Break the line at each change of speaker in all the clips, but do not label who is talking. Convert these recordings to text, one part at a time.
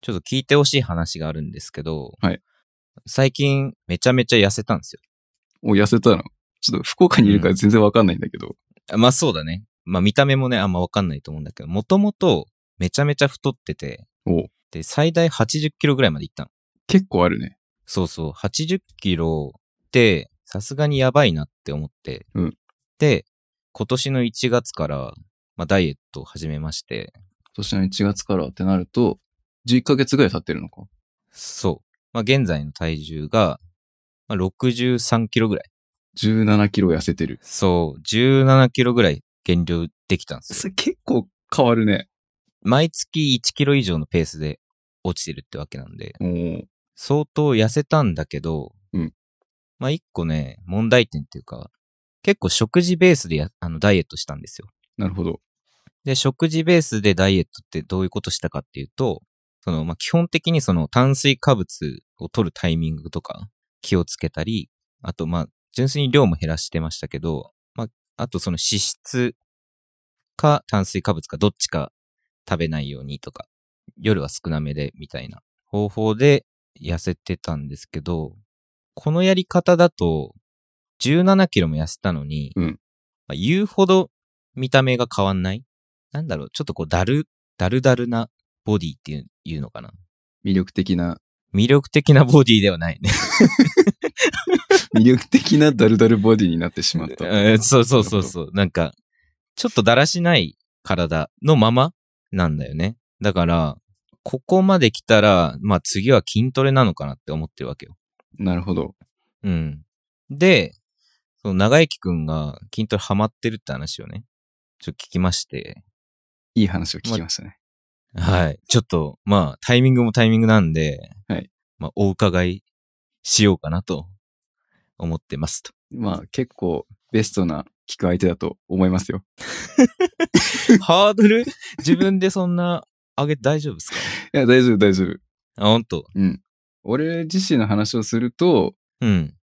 ちょっと聞いてほしい話があるんですけど、
はい
最近めちゃめちゃ痩せたんですよ。
お、痩せたのちょっと福岡にいるから全然わかんないんだけど。
あまあそうだね。まあ見た目もね、あんまわかんないと思うんだけど、もともとめちゃめちゃ太ってて、
お
で、最大80キロぐらいまでいったの。
結構あるね。
そうそう、80キロって、さすがにやばいなって思って、
うん
で、今年の1月から、まあダイエットを始めまして、
今年の1月からってなると、11ヶ月ぐらい経ってるのか。
そう。まあ現在の体重が、まあ、63キロぐらい。
17キロ痩せてる。
そう、17キロぐらい減量できたんですよ。
れ結構変わるね。
毎月1キロ以上のペースで落ちてるってわけなんで、
おー
相当痩せたんだけど、
うん
まあ一個ね、問題点っていうか、結構食事ベースでやあのダイエットしたんですよ。
なるほど。
で、食事ベースでダイエットってどういうことしたかっていうと、その、まあ、基本的にその炭水化物を取るタイミングとか気をつけたり、あと、まあ、純粋に量も減らしてましたけど、まあ、あとその脂質か炭水化物かどっちか食べないようにとか、夜は少なめでみたいな方法で痩せてたんですけど、このやり方だと17キロも痩せたのに、
うん
まあ、言うほど見た目が変わんないなんだろう、ちょっとこう、だる、だるだるなボディっていういうのかな。
魅力的な、
魅力的なボディではないね。
魅力的なダルダルボディになってしまっ た。
えー そうそうそうそう。なんか、ちょっとだらしない体のままなんだよね。だから、ここまで来たら、まあ次は筋トレなのかなって思ってるわけよ。
なるほど。
うん。で、その長生きくんが筋トレハマってるって話をね、ちょっと聞きまして。
いい話を聞きましたね。
はい。ちょっと、まあ、タイミングもタイミングなんで、
はい。
まあ、お伺いしようかなと思ってます と。
まあ結構ベストな聞く相手だと思いますよ。
ハードル自分でそんな上げて大丈夫ですか
いや、大丈夫、大丈夫。
あ、ほんと。
うん。俺自身の話をすると、
うん。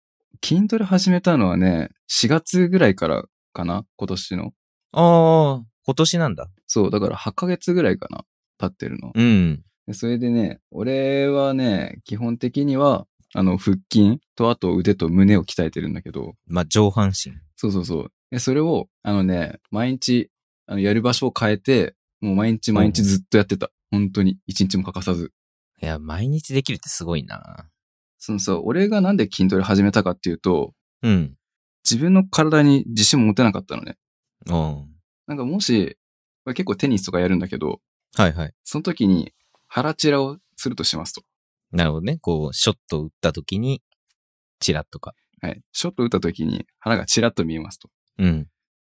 筋トレ始めたのはね、4月ぐらいからかな今年の。
ああ、今年なんだ。
そう、だから8ヶ月ぐらいかな経ってるの。
うん。
でそれでね、俺はね、基本的には、あの、腹筋とあと腕と胸を鍛えてるんだけど、
まあ、上半身。
そうそうそう。でそれを、あのね、毎日、あのやる場所を変えて、もう毎日毎日ずっとやってた。本当に。一日も欠かさず。
いや、毎日できるってすごいな。
そのさ、俺がなんで筋トレ始めたかっていうと、
うん。
自分の体に自信持てなかったのね。
うん。
なんかもし、俺結構テニスとかやるんだけど、
はいはい。
その時に腹チラをするとしますと。
なるほどね。こう、ショット打った時に、チラッとか。
はい。ショット打った時に腹がチラッと見えますと。
うん。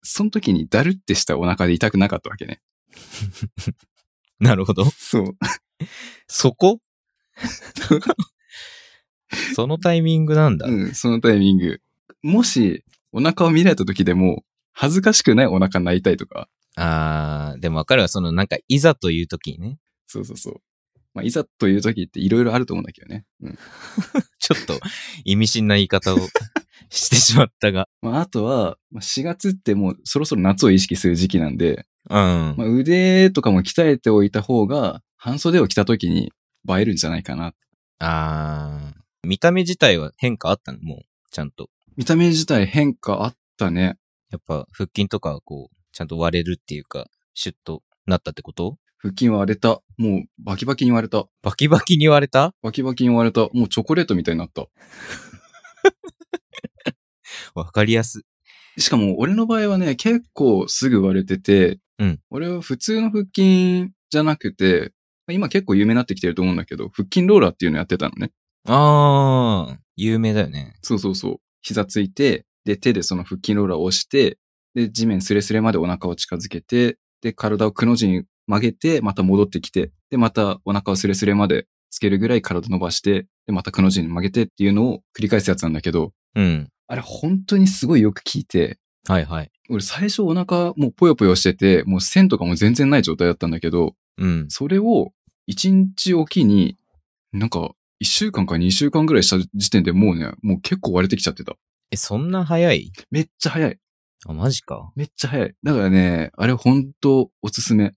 その時にダルってしたお腹で痛くなかったわけね。
なるほど。
そう。
そこ そのタイミングなんだ。
うん、そのタイミング。もし、お腹を見られた時でも、恥ずかしくないお腹になりたいとか、
あー、でもわかるわ。そのなんか、いざという時にね、
そうそうそう。まあ、いざという時っていろいろあると思うんだけどね。うん。
ちょっと意味深な言い 方をしてしまったが。
まあ、あとは、まあ4月ってもうそろそろ夏を意識する時期なんで、
うん。
まあ、腕とかも鍛えておいた方が、半袖を着た時に映えるんじゃないかな。
あー、見た目自体は変化あったのもう、ちゃんと。
見た目自体変化あったね。
やっぱ、腹筋とかはこう、ちゃんと割れるっていうか、シュッとなったってこと
腹筋割れた。もうバキバキに割れた。
バキバキに割れた
バキバキに割れた。もうチョコレートみたいになった。
わかりやす。
しかも俺の場合はね、結構すぐ割れてて、
うん
俺は普通の腹筋じゃなくて、まあ今結構有名になってきてると思うんだけど、腹筋ローラーっていうのやってたのね。
あー、有名だよね。
そうそうそう。膝ついて、で、手でその腹筋ローラーを押して、で、地面スレスレまでお腹を近づけて、で、体をくの字に曲げて、また戻ってきて、で、またお腹をスレスレまでつけるぐらい体伸ばして、で、またくの字に曲げてっていうのを繰り返すやつなんだけど、
うん。
あれ本当にすごいよく効いて、
はいはい。
俺最初お腹もうぽよぽよしてて、もう線とかも全然ない状態だったんだけど、
うん。
それを1日おきに、なんか1週間か2週間ぐらいした時点でもうね、もう結構割れてきちゃってた。
え、そんな早い
めっちゃ早い。
あ、マジか。
めっちゃ早い。だからね、あれ本当おすすめ。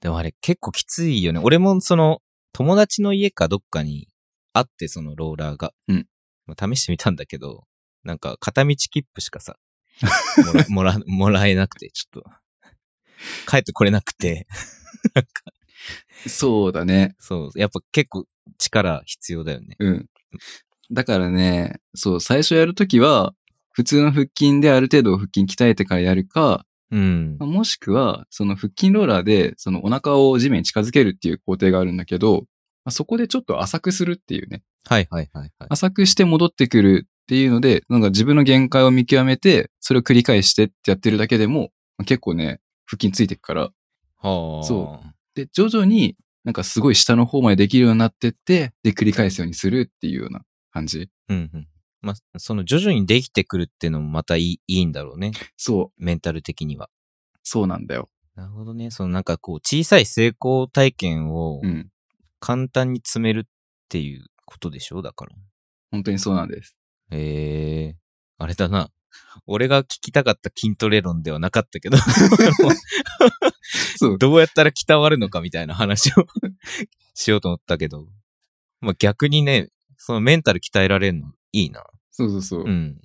でもあれ結構きついよね。俺もその友達の家かどっかにあって、そのローラーが。
うん
まあ試してみたんだけど、なんか片道切符しかさ、 もら、もら、もらえなくて、ちょっと、帰ってこれなくて、
そうだね。
そう、やっぱ結構力必要だよね。
うん。だからね、そう、最初やるときは、普通の腹筋である程度腹筋鍛えてからやるか、
うん。
まあもしくは、その腹筋ローラーで、そのお腹を地面に近づけるっていう工程があるんだけど、まあそこでちょっと浅くするっていうね。
はいはいはいはい。
浅くして戻ってくるっていうので、なんか自分の限界を見極めて、それを繰り返してってやってるだけでも、まあ結構ね、腹筋ついてくから。
はあ。
そで、徐々になんかすごい下の方までできるようになってって、で、繰り返すようにするっていうような感じ。
う。うんうん。まあ、その徐々にできてくるっていうのもまたいいいいんだろうね。
そう、
メンタル的には。
そうなんだよ。
なるほどね。そのなんかこう、小さい成功体験を
うん。
簡単に積めるっていうことでしょだから。
本当にそうなんです。
へえあれだな。俺が聞きたかった筋トレ論ではなかったけど、
そう。
どうやったら鍛わるのかみたいな話を しようと思ったけど、まあ、逆にね、そのメンタル鍛えられるのいいな。
そうそうそう。
うん。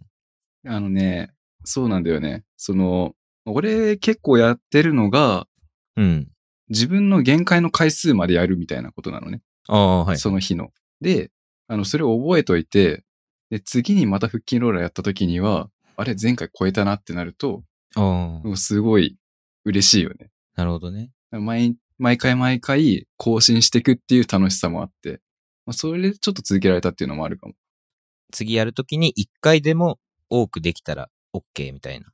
あのね、そうなんだよね。その、俺結構やってるのが、
うん。
自分の限界の回数までやるみたいなことなのね。
ああ、はい。
その日の。で、あの、それを覚えといて、で、次にまた腹筋ローラーやった時には、あれ、前回超えたなってなると、
ああ、
もうすごい嬉しいよね。
なるほどね。
毎、毎回毎回更新していくっていう楽しさもあって、まあ、それでちょっと続けられたっていうのもあるかも。
次やるときに1回でも多くできたら OK みたいな。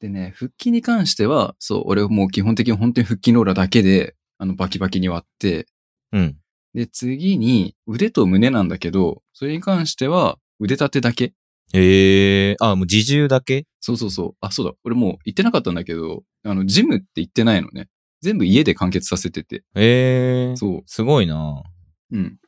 でね、腹筋に関しては、そう、俺もう基本的に本当に腹筋ローラーだけで、あの、バキバキに割って、
うん。
で、次に腕と胸なんだけど、それに関しては腕立てだけ。
ええああ、もう自重だけ
そうそうそう。あ、そうだ。俺もう行ってなかったんだけど、あの、ジムって行ってないのね。全部家で完結させてて。
ええ
そ
すごいな。
う。うん。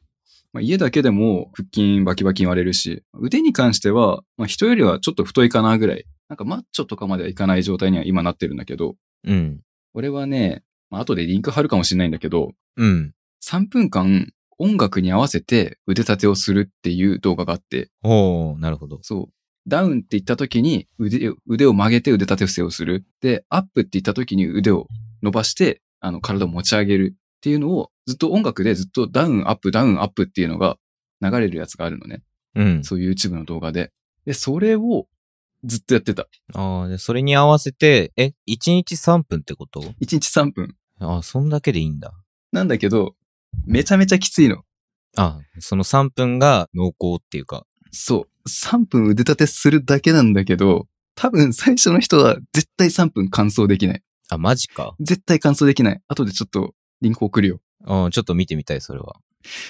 まあ、家だけでも腹筋バキバキに割れるし、腕に関しては、まあ、人よりはちょっと太いかなぐらい。なんかマッチョとかまではいかない状態には今なってるんだけど、
うん。
俺はね、まあ、後でリンク貼るかもしれないんだけど、
うん。
3分間音楽に合わせて腕立てをするっていう動画があって、
おおなるほど。
そう。ダウンって言った時に腕を腕を曲げて腕立て伏せをする。で、アップって言った時に腕を伸ばして、あの、体を持ち上げるっていうのをずっと音楽でずっとダウン、アップ、ダウン、アップっていうのが流れるやつがあるのね。
うん。
そういう YouTube の動画で。で、それをずっとやってた。
ああ、で、それに合わせて、え、1日3分ってこと
1日3分。
ああ、そんだけでいいんだ。
なんだけど、めちゃめちゃきついの。
ああ、その3分が濃厚っていうか。
そう。3分腕立てするだけなんだけど、多分最初の人は絶対3分完走できない。
あ、マジか。
絶対完走できない。後でちょっとリンク送るよ。
ああ、ちょっと見てみたい、それは。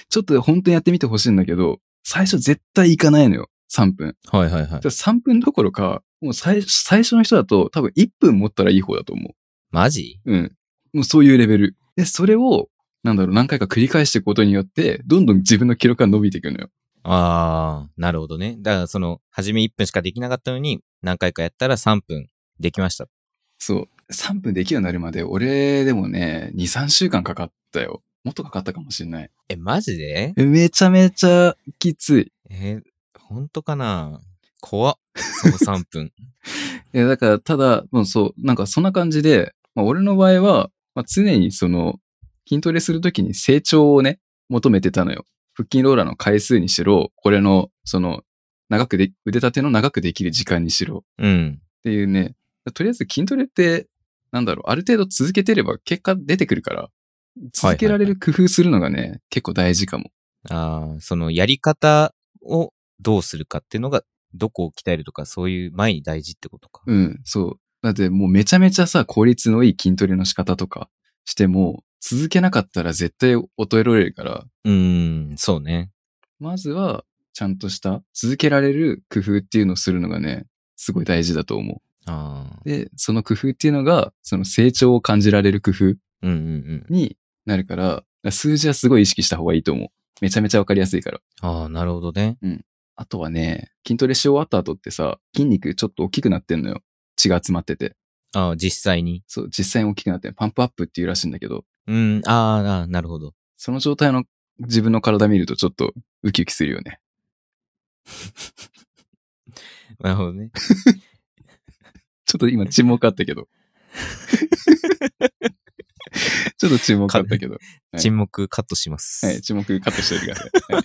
ちょっと本当にやってみてほしいんだけど、最初絶対行かないのよ。3分。
はいはいはい
じゃ。3分どころか、もう最最初の人だと多分1分持ったらいい方だと思
マジ
う。うん。もうそういうレベル。で、それを、なんだろう、何回か繰り返していくことによって、どんどん自分の記録が伸びていくのよ。
ああ、なるほどね。だから、その、初め1分しかできなかったのに、何回かやったら3分できました。
そう。3分できるようになるまで、俺でもね、2、3週間かかったよ。もっとかかったかもしれない。
え、マジで
めちゃめちゃきつい。
えー、ほんとかな怖っ。その3分。
いや、だから、ただ、もうそう、なんかそんな感じで、まあ、俺の場合は、まあ、常にその、筋トレするときに成長をね、求めてたのよ。腹筋ローラーの回数にしろ、これの、その、長くで、腕立ての長くできる時間にしろ。
うん。
っていうね、とりあえず筋トレって、なんだろう、ある程度続けてれば結果出てくるから、続けられる工夫するのがね、結構大事かも。
ああ、そのやり方をどうするかっていうのが、どこを鍛えるとか、そういう前に大事ってことか。
うん、そう。だってもうめちゃめちゃさ、効率のいい筋トレの仕方とかしても、続けなかったら絶対衰えられるから、
うーん、そうね。
まずは、ちゃんとした、続けられる工夫っていうのをするのがね、すごい大事だと思
ああ
う。、で、その工夫っていうのが、その成長を感じられる工夫
うんうんうん。
になるから、数字はすごい意識した方がいいと思う。めちゃめちゃわかりやすいから。
ああ、なるほどね。
あとはね、筋トレし終わった後ってさ、筋肉ちょっと大きくなってんのよ。血が集まってて。
ああ、実際に。
そう、実際に大きくなって、パンプアップっていうらしいんだけど、
うん、あーあー、なるほど。
その状態の自分の体見るとちょっとウキウキするよね。
なるほどね。
ちょっと今沈黙あったけど。ちょっと沈黙あったけど。はい
沈黙カットします。
はい、沈黙カットしておいてください。はい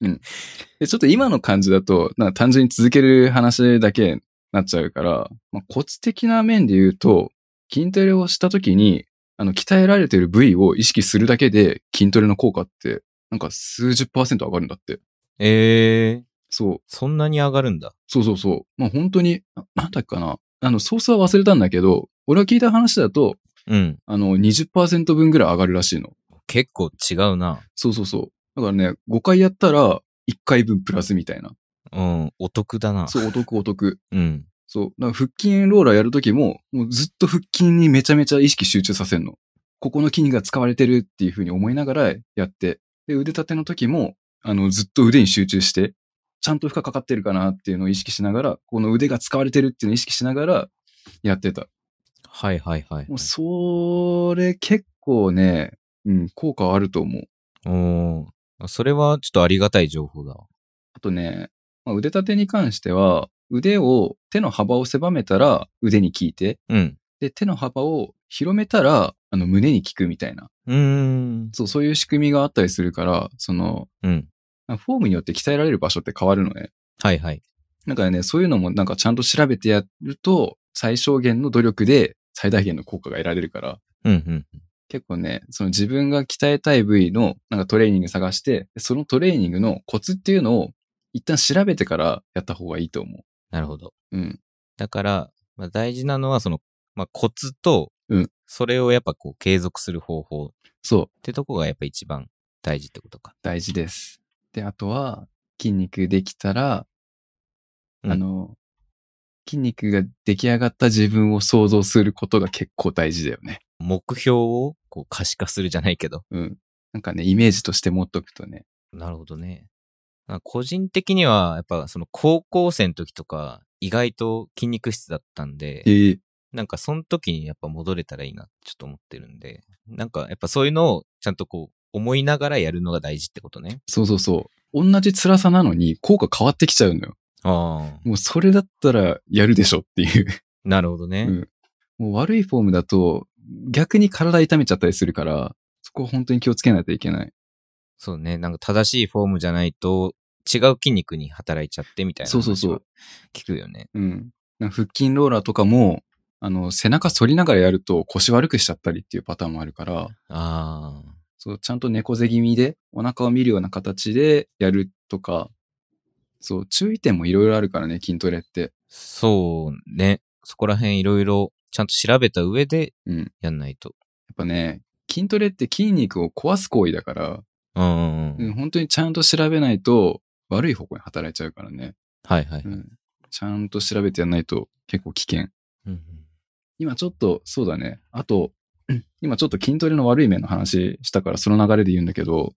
うん、でちょっと今の感じだと、なんか単純に続ける話だけになっちゃうから、まあ、コツ的な面で言うと、筋トレをした時に、あの、鍛えられてる部位を意識するだけで筋トレの効果って、なんか数十パーセント上がるんだって。
えー、
そう。
そんなに上がるんだ。
そうそうそう。まあ本当に、ななんだっけかな。あの、ソースは忘れたんだけど、俺が聞いた話だと、
うん。
あの、20%分ぐらい上がるらしいの。
結構違うな。
そうそうそう。だからね、5回やったら、1回分プラスみたいな。
うん、お得だな。
そう、お得お得。
うん。
そう。だから腹筋ローラーやるときも、もうずっと腹筋にめちゃめちゃ意識集中させるの。ここの筋肉が使われてるっていうふうに思いながらやって。で、腕立てのときも、あの、ずっと腕に集中して、ちゃんと負荷かかってるかなっていうのを意識しながら、この腕が使われてるっていうのを意識しながらやってた。
はいはいはい、はい
もう、それ結構ね、うん、効果はあると思う。
おーそれはちょっとありがたい情報だわ。
あとね、まあ、腕立てに関しては、腕を、手の幅を狭めたら腕に効いて、
うん。
で、手の幅を広めたら、あの、胸に効くみたいな。
うーん。
そう、そういう仕組みがあったりするから、その、
うん。
フォームによって鍛えられる場所って変わるのね。
はいはい。
なんかね、そういうのもなんかちゃんと調べてやると、最小限の努力で最大限の効果が得られるから、
うんうん。
結構ね、その自分が鍛えたい部位のなんかトレーニング探して、そのトレーニングのコツっていうのを一旦調べてからやった方がいいと思
なるほど。
う。うん。
だから、まあ、大事なのはその、まあ、コツと、
うん
それをやっぱこう継続する方法っ
そう。
てとこがやっぱ一番大事ってことか。
大事です。で、あとは、筋肉できたら、
うん
あの、筋肉が出来上がった自分を想像することが結構大事だよね。
目標をこう可視化するじゃないけど。
うん。なんかね、イメージとして持っとくとね。
なるほどね。まあ個人的には、やっぱその高校生の時とか、意外と筋肉質だったんで、
ええ
なんかその時にやっぱ戻れたらいいなってちょっと思ってるんで、なんかやっぱそういうのをちゃんとこう思いながらやるのが大事ってことね。
そうそうそう。同じ辛さなのに効果変わってきちゃうのよ。
ああ。
もうそれだったらやるでしょっていう。
なるほどね。
うんもう悪いフォームだと逆に体痛めちゃったりするから、そこは本当に気をつけないといけない。
そうね。なんか正しいフォームじゃないと違う筋肉に働いちゃってみたいな。
そうそうそう。
聞くよね。
うん。なんか腹筋ローラーとかも、あの、背中反りながらやると腰悪くしちゃったりっていうパターンもあるから、
ああ。
そう、ちゃんと猫背気味でお腹を見るような形でやるとか、そう、注意点もいろいろあるからね、筋トレって。
そうね。そこら辺いろいろちゃんと調べた上で
うん。やっ
やんないと。
ぱね、筋トレって筋肉を壊す行為だから、
うんうんう。
うんん、本当にちゃんと調べないと悪い方向に働いちゃうからね。
はいはい。
うん。ちゃんと調べてやんないと結構危険。
うん
今ちょっと、そうだね。あと、今ちょっと筋トレの悪い面の話したから、その流れで言うんだけど、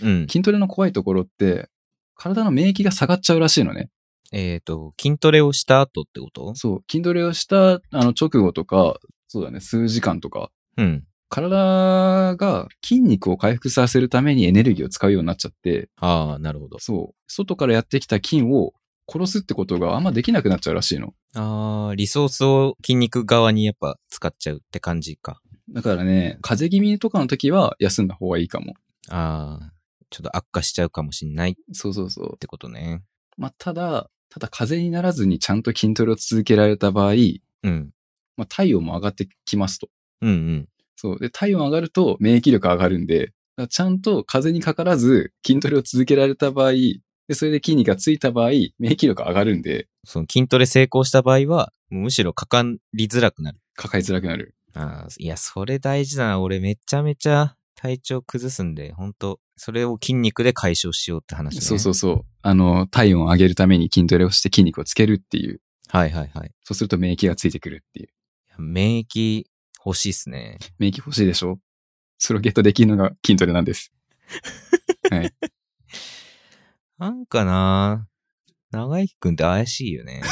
うん。うん
筋トレの怖いところって、体の免疫が下がっちゃうらしいのね。
えっ、と、筋トレをした後ってこと
そう、筋トレをした、あの、直後とか、そうだね、数時間とか、
うん。
体が筋肉を回復させるためにエネルギーを使うようになっちゃって、
ああ、なるほど。
そう、外からやってきた菌を殺すってことがあんまできなくなっちゃうらしいの。
ああ、リソースを筋肉側にやっぱ使っちゃうって感じか。
だからね、風邪気味とかの時は休んだ方がいいかも。
ああ、ちょっと悪化しちゃうかもしんないっ
そうそうそう。
てことね。
まあ、ただ、ただ風邪にならずにちゃんと筋トレを続けられた場合、
うん。
まあ、体温も上がってきますと。
うんうん。
そう。で、体温上がると免疫力上がるんで、だからちゃんと風邪にかからず筋トレを続けられた場合、で、それで筋肉がついた場合、免疫力上がるんで、
その筋トレ成功した場合は、むしろかかりづらくなる。
抱えづらくなる。
ああ、いや、それ大事だな。俺めちゃめちゃ体調崩すんで、ほんと、それを筋肉で解消しようって話ね。。
そうそううそう。あの、体温を上げるために筋トレをして筋肉をつけるっていう。
はいはいはい。い
そうすると免疫がついてくるっていう。
や免疫欲しいっすね。
免疫欲しいでしょそれをゲットできるのが筋トレなんです。
なんかな長生きくんって怪しいよ ね。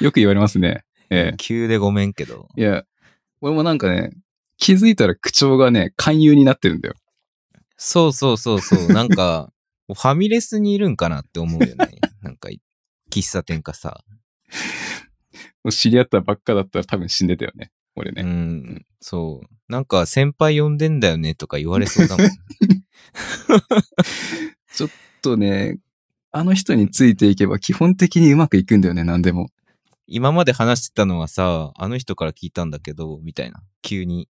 よく言われますね。ええ
急でごめんけど。
いや、俺もなんかね、気づいたら口調がね、勧誘になってるんだよ。
そうそうそう そう。なんか、ファミレスにいるんかなって思うよね。なんか、喫茶店かさ。
もう知り合ったばっかだったら多分死んでたよね。俺ね。
うん。そう。なんか、先輩呼んでんだよねとか言われそうだもん。
ちょっとね、あの人についていけば基本的にうまくいくんだよね、何でも。
今まで話してたのはさ、あの人から聞いたんだけど、みたいな。急に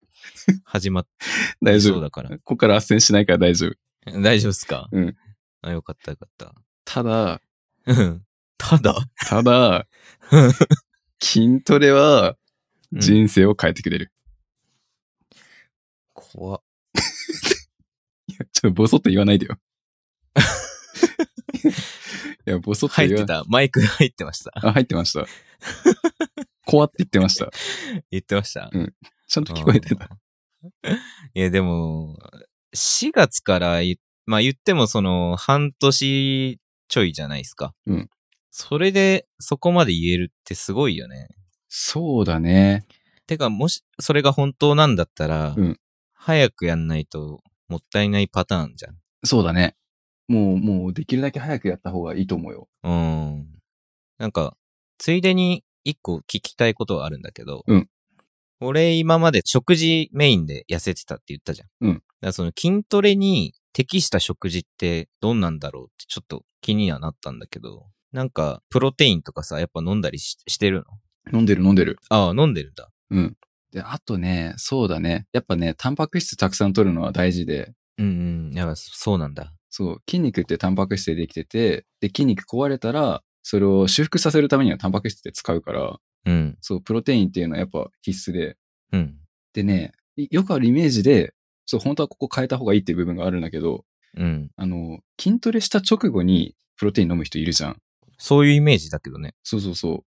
始まっ
大
て
丈
そう
夫。
だから
こ。こから斡旋しないから大丈夫。
大丈夫っすか
うん。
あ、よかったよかった
ただ、。
うんただ
ただ、筋トレは人生を変えてくれる。
怖っ
いやちょっとボソッと言わな いでよ。いや、ボソッと
入
言
っ
わ
てた。マイク 入ってました。
あ、入って ました。怖って言ってました。
言ってました。
ちゃんと聞こえてた。
うん。いや、でも、4月からい、まあ言ってもその、半年ちょいじゃないですか。
うん
それで、そこまで言えるってすごいよね。
そうだね。
てか、もし、それが本当なんだったら、
うん
早くやんないと、もったいないパターンじ
そうだね。もう、もう、できるだけ早くやった方がいいと思うよ。
ゃん。うん。なんか、ついでに、一個聞きたいことはあるんだけど、
うん
俺今まで食事メインで痩せてたって言ったじゃん。
うん
だからその筋トレに適した食事ってどんなんだろうってちょっと気にはなったんだけど、なんか、プロテインとかさ、やっぱ飲んだりししてるの
飲んでる飲んでる。
ああ、飲んでるんだ。
うん。で、あとね、そうだね。やっぱね、タンパク質たくさん取るのは大事で、
うんうん。やっぱそうなんだ。
そう、筋肉ってタンパク質でできてて、で、筋肉壊れたら、それを修復させるためにはタンパク質って使うから、
うん。
そう、プロテインっていうのはやっぱ必須で、
うん。
でね、いよくあるイメージで、そう、本当はここ変えた方がいいっていう部分があるんだけど、
うん。
あの、筋トレした直後にプロテイン飲む人いるじゃん。
そういうイメージだけどね。
そうそうそう。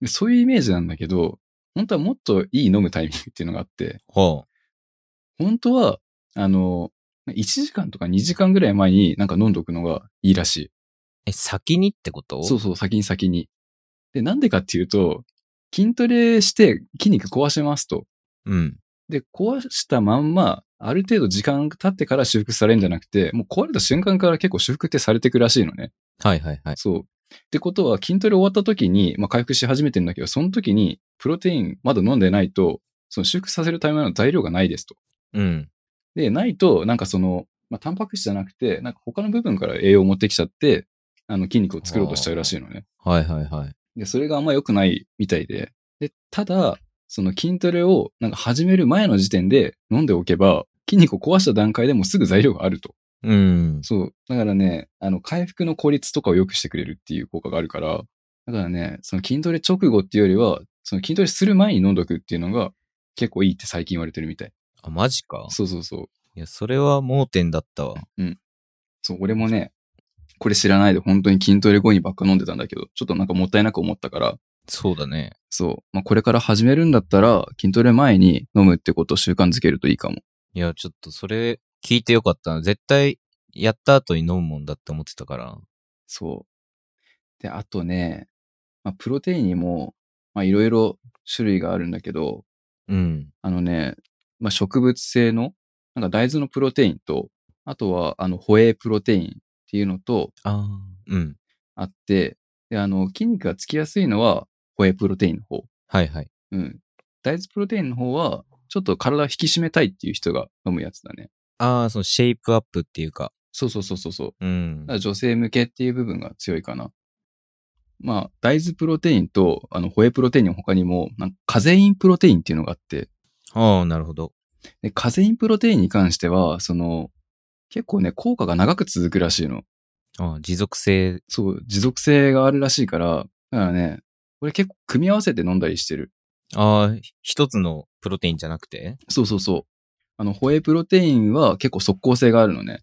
でそういうイメージなんだけど、本当はもっといい飲むタイミングっていうのがあって、
は
本当は、あの、1時間とか2時間ぐらい前になんか飲んどくのがいいらしい。
え、先にってこと
そうそう、先に先に。で、なんでかっていうと、筋トレして筋肉壊しますと。
うん。
で、壊したまんま、ある程度時間経ってから修復されるんじゃなくて、もう壊れた瞬間から結構修復ってされてくらしいのね。
はいはいはい。
そう。ってことは、筋トレ終わった時に、まあ、回復し始めてんだけど、その時に、プロテインまだ飲んでないと、その修復させるための材料がないですと。
うん。
で、ないと、なんかその、まあ、タンパク質じゃなくて、なんか他の部分から栄養を持ってきちゃって、あの、筋肉を作ろうとしちゃうらしいのね。
はいはいはい。
で、それがあんま良くないみたいで。で、ただ、その筋トレを、なんか始める前の時点で飲んでおけば、筋肉を壊した段階でもうすぐ材料があると。
うん。
そう。だからね、あの、回復の効率とかを良くしてくれるっていう効果があるから、だからね、その筋トレ直後っていうよりは、その筋トレする前に飲んどくっていうのが結構いいって最近言われてるみたい。
あ、マジか。
そうそうそう。
いや、それは盲点だったわ。
そう、俺もね、これ知らないで本当に筋トレ後にばっか飲んでたんだけど、ちょっとなんかもったいなく思ったから、
そうだね。
そう、まあ、これから始めるんだったら、筋トレ前に飲むってことを習慣づけるといいかも。
いや、ちょっとそれ聞いてよかったな。絶対やった後に飲むもんだって思ってたから。
そう。で、あとね、まあ、プロテインにも、まあ、いろいろ種類があるんだけど、
うん。
あのね、まあ、植物性の、なんか大豆のプロテインと、あとは、あの、ホエイプロテインっていうのと
ああ。うん。
あって、で、あの、筋肉がつきやすいのは、ホエイプロテインの方。
はいはい。
うん。大豆プロテインの方は、ちょっと体を引き締めたいっていう人が飲むやつだね。
ああ、そのシェイプアップっていうか。
そうそうそうそうそう。
うん
だか。ら女性向けっていう部分が強いかな。まあ、大豆プロテインと、あの、ホエプロテインの他にも、なんかカゼインプロテインっていうのがあって、
ああ、なるほど。
でカゼインプロテインに関しては、その、結構ね、効果が長く続くらしいの。
ああ、持続性。
そう、持続性があるらしいから、だからね、これ結構組み合わせて飲んだりしてる。
ああ、一つのプロテインじゃなくて
そうそうそう。あの、ホエイプロテインは結構即効性があるのね。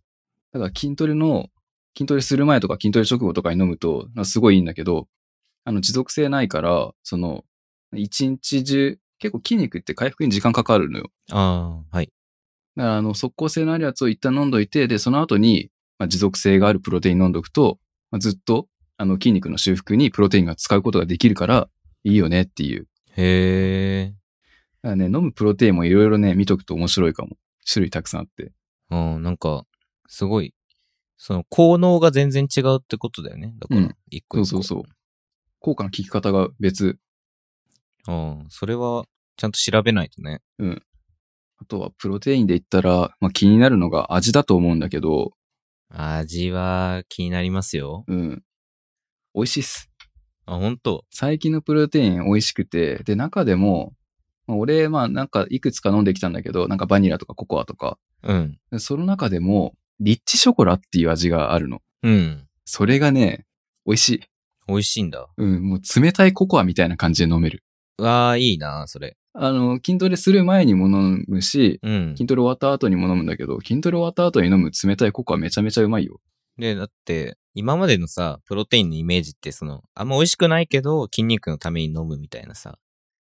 だから筋トレの、筋トレする前とか筋トレ直後とかに飲むと、なんかすごいいいんだけど、あの、持続性ないから、その、一日中、結構筋肉って回復に時間かかるのよ。
ああ、はい。
だから、あの、即効性のあるやつを一旦飲んどいて、で、その後に、まあ、持続性があるプロテイン飲んどくと、まあ、ずっと、あの、筋肉の修復にプロテインが使うことができるから、いいよねっていう。
へえ。
だからね、飲むプロテインもいろいろね、見とくと面白いかも。種類たくさんあって。
うん、なんか、すごい、その効能が全然違うってことだよね。だか
うん
ら、一個一個、
そうそうそう。効果の効き方が別。
うん、それは、ちゃんと調べないとね。
あとはプロテインで言ったら、まあ、気になるのが味だと思うんだけど、
味は気になりますよ。
うん。美味しいっす。
あ、本当
最近のプロテイン美味しくて、で、中でも、まあ、俺、まあなんかいくつか飲んできたんだけど、なんかバニラとかココアとか、
うん。
でその中でも、リッチショコラっていう味があるの。
うん。
それがね、美味しい。
美味しいんだ。
うん、もう冷たいココアみたいな感じで飲める。
うわあ、いいな、それ。
あの、筋トレする前にも飲むし、
うん。
筋トレ終わった後にも飲むんだけど、筋トレ終わった後に飲む冷たいココアめちゃめちゃうまいよ。
で、だって、今までのさ、プロテインのイメージって、その、あんま美味しくないけど、筋肉のために飲むみたいなさ、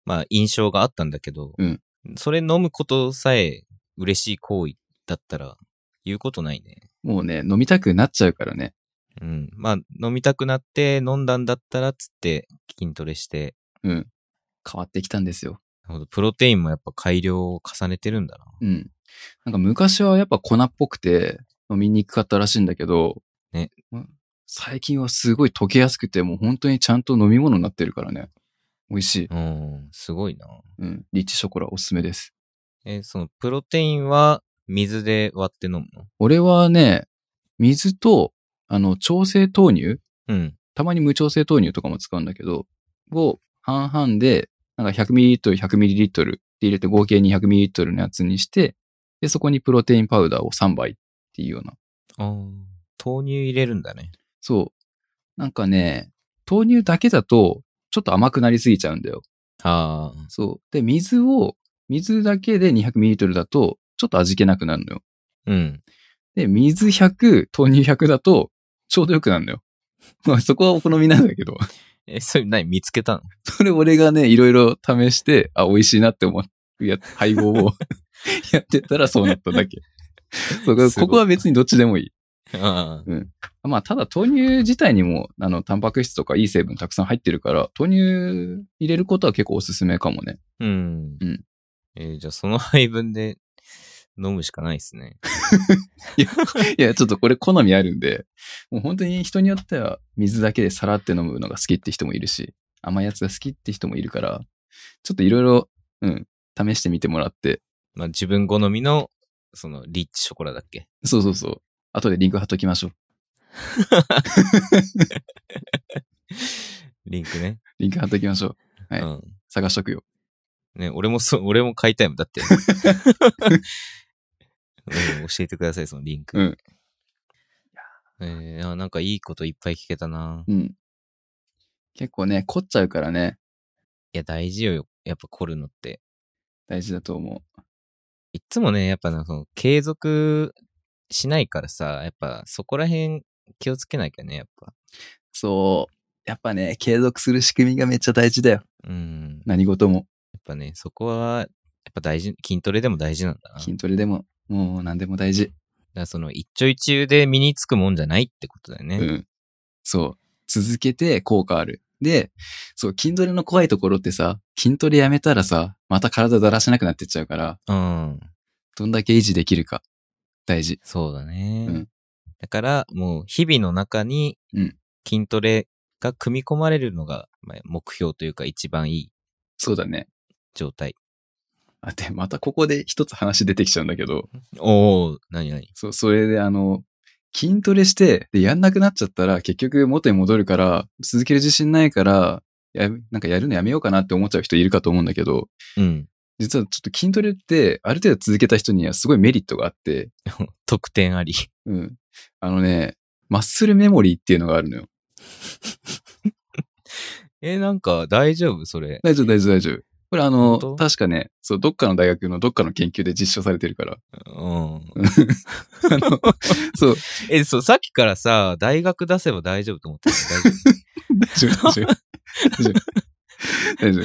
まあ、印象があったんだけど、
うん
それ飲むことさえ嬉しい行為だったら、言うことないね。
もうね、飲みたくなっちゃうからね。
うん。まあ、飲みたくなって、飲んだんだったら、つって、筋トレして、
変わってきたんですよ。
なるほどプロテインもやっぱ改良を重ねてるんだな。
うん。なんか昔はやっぱ粉っぽくて飲みにくかったらしいんだけど、
ね
うん。最近はすごい溶けやすくて、もう本当にちゃんと飲み物になってるからね。美味しい。
うん、すごいな。
うん。リッチショコラおすすめです。
え、その、プロテインは、水で割って飲むの
俺はね、水と、あの、調整豆乳
うん。
たまに無調整豆乳とかも使うんだけど、を半々で、なんか 100ml、100ml で入れて合計 200ml のやつにして、で、そこにプロテインパウダーを3杯っていうような。
あー豆乳入れるんだね。
そう。なんかね、豆乳だけだと、ちょっと甘くなりすぎちゃうんだよ。
ああ、
そう。で、水を、水だけで 200ml だと、ちょっと味気なくなるのよ。
うん。
で、水100、豆乳100だと、ちょうどよくなるのよ。 まあ、そこはお好みなんだけど。
え、それ何見つけたの
それ俺がね、いろいろ試して、あ、美味しいなって思うや配合を やってたらそうなっ ただけ。そう
すごい
ここは別にどっちでもいい。
あ
まあ、ただ豆乳自体にも、あの、タンパク質とかいい成分たくさん入ってるから、豆乳入れることは結構おすすめかもね。
あ、うん。
うん
えーじゃあその配分で飲むしかないですね。
いや、ちょっとこれ好みあるんで、もう本当に人によっては水だけでさらって飲むのが好きって人もいるし、甘いやつが好きって人もいるから、ちょっといろいろ、うん、試してみてもらって、
まあ自分好みの、その、リッチショコラだっけ
そうそうそう。後でリンク貼っときましょう。
リンクね。
リンク貼っときましょう。はい
うん。
探しとくよ。
ね、俺もそう、 俺も買いたいもん。だ って。うん教えてください、そのリンク。
うん
えーあなんかいいこといっぱい聞けたな。い
うん。結構ね、凝っちゃうからね、
や、大事よ。やっぱ凝るのって。
大事だと思
いっつもね、やっぱなその継続しないからさ、やっぱそこら辺気をつけなきゃね、やっぱ。
う。そう。やっぱね、継続する仕組みがめっちゃ大事だよ。
うん。や
何事も。
っぱね、そこは、やっぱ大事、筋トレでも大事なんだな。だか
筋トレでも、もう何でも大事。
らその一朝一夕で身につくもんじゃないってことだよね。
うん。そう。続けて効果ある。で、そう、筋トレの怖いところってさ、筋トレやめたらさ、また体だらしなくなってっちゃうから、
うん。
どんだけ維持できるか、大事。
そうだね。
うん
だから、もう日々の中に
うん
筋トレが組み込まれるのが、まあ目標というか一番いい
そうだね。
状態。
あ、で、またここで一つ話出てきちゃうんだけど、
おお何何
そう、それであの、筋トレして、で、やんなくなっちゃったら、結局元に戻るから、続ける自信ないから、や、なんかやるのやめようかなって思っちゃう人いるかと思うんだけど、
うん。
実はちょっと筋トレって、ある程度続けた人にはすごいメリットがあって、
得点あり。
うん。あのね、マッスルメモリーっていうのがあるのよ。
えーなんか大丈夫それ。
大丈夫、大丈夫、大丈夫。これあの
本当、
確かね、そう、どっかの大学のどっかの研究で実証されてるから。
うん。
あの、そう、
え、そう、さっきからさ、大学出せば大丈夫と思ってた けど。大丈
大丈夫、大丈夫。大丈夫。大丈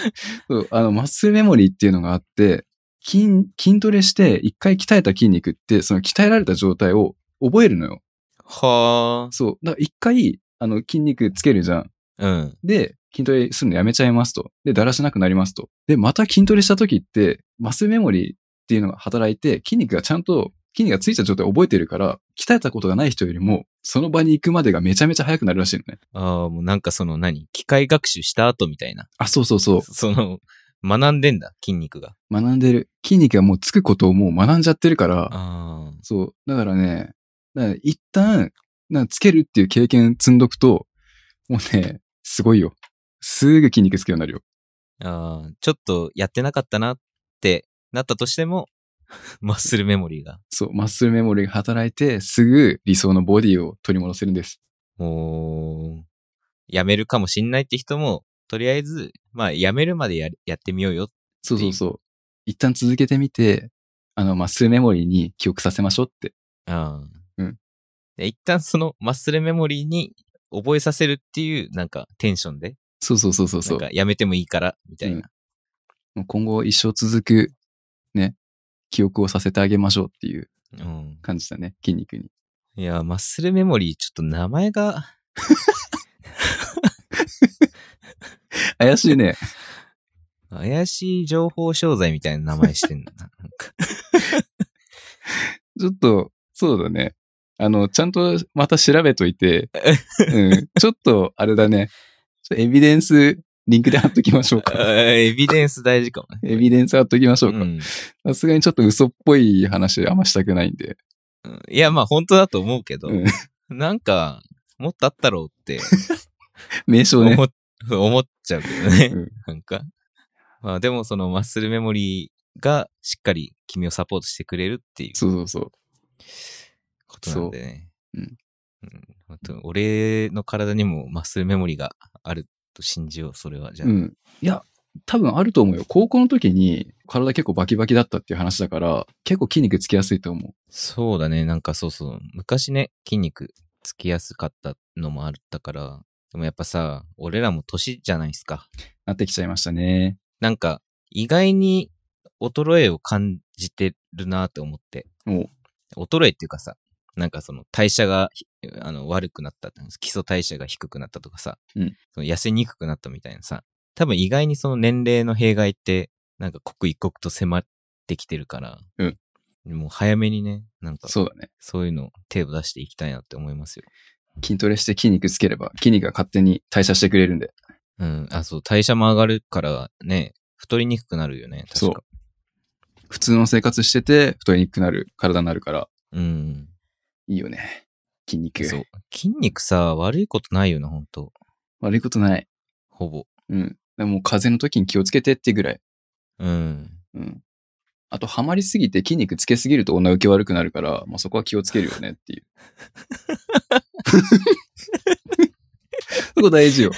夫。そう、あの、マッスルメモリーっていうのがあって、筋、筋トレして一回鍛えた筋肉って、その鍛えられた状態を覚えるのよ。
夫は
そう。だから一回、あの、筋肉つけるじゃん。
あ。うん。
で、筋トレするのやめちゃいますと。で、だらしなくなりますと。で、また筋トレした時って、マスメモリーっていうのが働いて、筋肉がちゃんと、筋肉がついた状態を覚えてるから、鍛えたことがない人よりも、その場に行くまでがめちゃめちゃ早くなるらしいのね。
ああ、もうなんかその何機械学習した後みたいな。
あ、そうそうそう。
その、学んでんだ、筋肉が。
学んでる。筋肉がもうつくことをもう学んじゃってるから、
あ
そう。だからね、だから一旦、なんかつけるっていう経験積んどくと、もうね、すごいよ。すぐ筋肉つくようになるよ。
ーあー、ちょっとやってなかったなってなったとしても、 マッスルメモリーが。
そう、マッスルメモリーが働いて、すぐ理想のボディを取り戻せるんです。
おーやめるかもしんないって人も、とりあえず、まあ、やめるまでややってみようよ。
そうそうそう。一旦続けてみて、あの、マッスルメモリーに記憶させましょうって。
あー
うん
で一旦そのマッスルメモリーに覚えさせるっていう、なんかテンションで、
そうそうそうそう
な
そ
ん
う。
かやめてもいいから、みたいな。
もう今後一生続く、ね、記憶をさせてあげましょうっていう
うん
感じだね、筋肉に。
いや、マッスルメモリー、ちょっと名前が、
怪し いね。
怪しい情報商材みたいな名前してんな。なん か
ちょっと、そうだね。あの、ちゃんとまた調べと いて、うん、ちょっと、あれだね。ちょっとエビデンス、リンクで貼っときましょう
あ
か。
ーエビデンス大事かもね。
エビデンス貼っときましょうか。
うん
さすがにちょっと嘘っぽい話あんましたくないんで。
うんいや、まあ本当だと思うけど
うん、
なんか、もっとあったろうって
名称ね。
思っ思っちゃうけどね
うん。
なんか。まあでもそのマッスルメモリーがしっかり君をサポートしてくれるっていう
そうそうそう。
ことなんでね。
そううん
うん本当俺の体にもマッスルメモリーがあると信じよう、それは。じゃあ
う。ん。いや、多分あると思うよ。高校の時に体結構バキバキだったっていう話だから、結構筋肉つきやすいと思う。
そうだね。なんかそうそう。昔ね、筋肉つきやすかったのもあったから。でもやっぱさ、俺らも年じゃないですか。
なってきちゃいましたね。
なんか、意外に衰えを感じてるなって思って。
もう、
衰えっていうかさ、なんかその代謝がひあの悪くなったとか、基礎代謝が低くなったとかさ、
うん
その痩せにくくなったみたいなさ、多分意外にその年齢の弊害って、なんか刻一刻と迫ってきてるから、
うん
もう早めにね、なんか
そうだね。
そういうの手を出していきたいなって思いますよ。
筋トレして筋肉つければ、筋肉が勝手に代謝してくれるんで。
うん。あ、そう、代謝も上がるからね、太りにくくなるよね、確か。
そう普通の生活してて、太りにくくなる体になるから、
うん。
いいよね。筋肉。
そう。筋肉さ、悪いことないよな、ほんと。
悪いことない。
ほぼ。
うん。でももう風邪の時に気をつけてってぐらい。
うん。
うん。あと、ハマりすぎて筋肉つけすぎると女受け悪くなるから、まあ、そこは気をつけるよねっていう。そこ大事よ。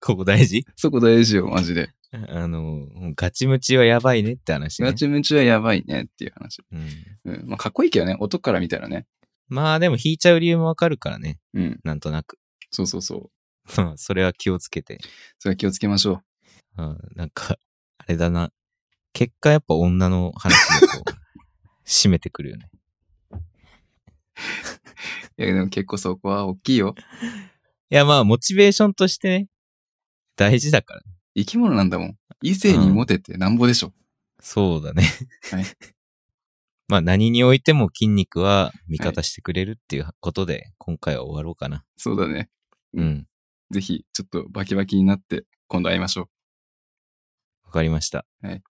ここ大事
そこ大事よ、マジで。
あの、もうガチムチはやばいねって話ね。
ガチムチはやばいねっていう話。
うん、
うん。まあ、かっこいいけどね、男から見たらね。
まあでも引いちゃう理由もわかるからね。
うん。
なんとなく。
そうそうそう。
まあそれは気をつけて。
それは気をつけましょ
うん、なんか、あれだな。結果やっぱ女の話でこう、締めてくるよね。
う。いや、でも結構そこは大きいよ。
いやまあモチベーションとしてね、大事だから。
生き物なんだもん。異性にモテてなんぼでしょ。
そうだね。
はい
まあ何においても筋肉は味方してくれるっていうことで、今回は終わろうかな。
そうだね。うん
うん。
ぜひ、ちょっとバキバキになって、今度会いましょう。
わかりました。
はい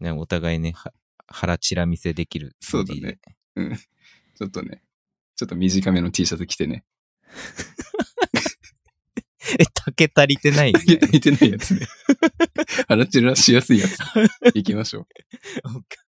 ね、お互いね、は腹チラ見せできる。
そうだね。うん。ちょっとね、ちょっと短めの T シャツ着てね。
え、竹足りてないよね、
似てないやつね。腹散らしやすいやつ。行きましょう。
OK